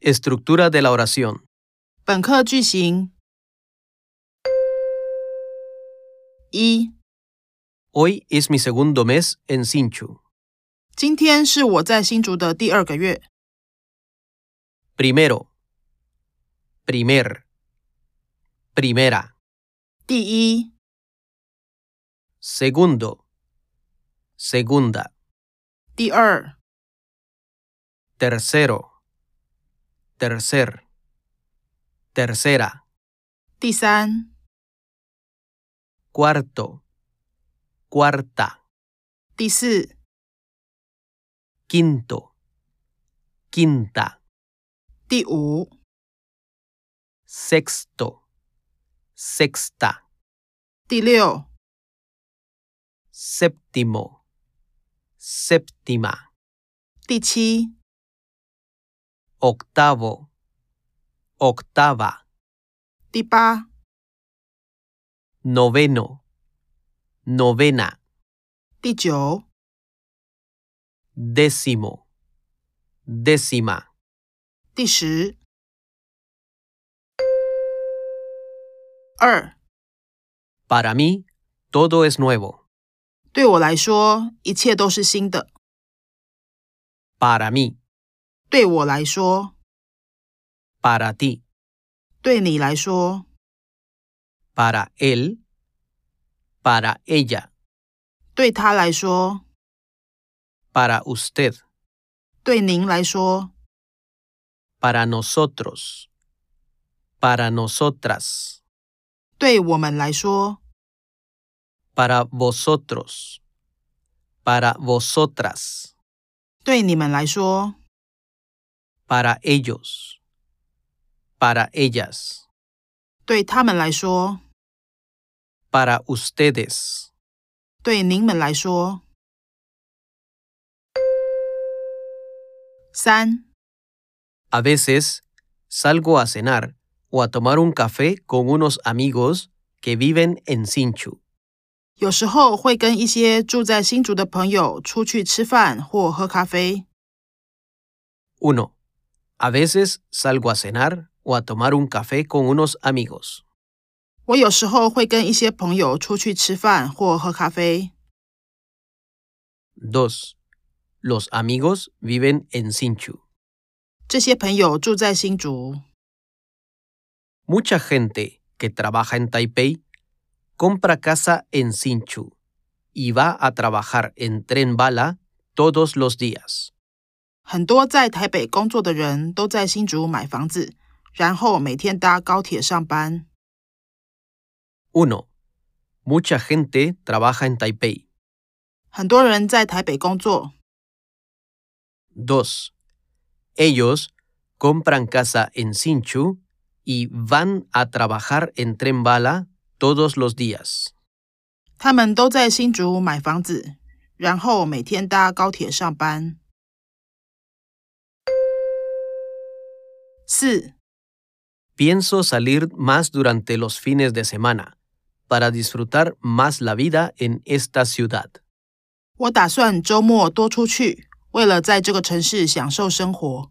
Estructura de la oración. 本课句型一： Hoy es mi segundo mes en Sinchu. 今天是我在新竹的第二个月。 Primero. Primer. Primera. 第一、 Segundo. Segunda. 第二、 Tercero. Tercer. Tercera. 第三、 Cuarto. Cuarta. 第四、 Quinto. Quinta. 第五、 Sexto. Sexta. 第六、 Séptimo. Séptima. 第七、 octavo, octava, 第八、 noveno, novena, 第九、 décimo, décima. 第十。二， Para mí, todo es nuevo. 对我来说，一切都是新的。 Para mí, 对我来说， para ti, 对你来说， para él, para ella, 对他来说， para usted, 对您来说， para nosotros, para nosotras, 对我们来说， para vosotros, para vosotras. 对你们来说， para ellos, para ellas, 对他们来说， para ustedes. 对您们来说。三， A veces salgo a cenar o a tomar un café con unos amigos que viven en Sinchu. 有时候会跟一些住在新竹的朋友出去吃饭或喝咖啡。 1. A veces salgo a cenar o a tomar un café con unos amigos. 我有时候会跟一些朋友出去吃饭或喝咖啡。 2. Los amigos viven en Sinchu. 这些朋友住在新竹。 Mucha gente que trabaja en Taipei compra casa en Sinchu y va a trabajar en tren bala todos los días. 很多在台北工作的人都在新竹买房子，然后每天搭高铁上班。 1. Mucha gente trabaja en Taipei. 很多人在台北工作， 2. Ellos compran casa en Sinchu y van a trabajar en tren bala todos los días. 他们都在新竹买房子，然后每天搭高铁上班。四， Pienso salir más durante los fines de semana para disfrutar más la vida en esta ciudad. 我打算周末多出去，为了在这个城市享受生活。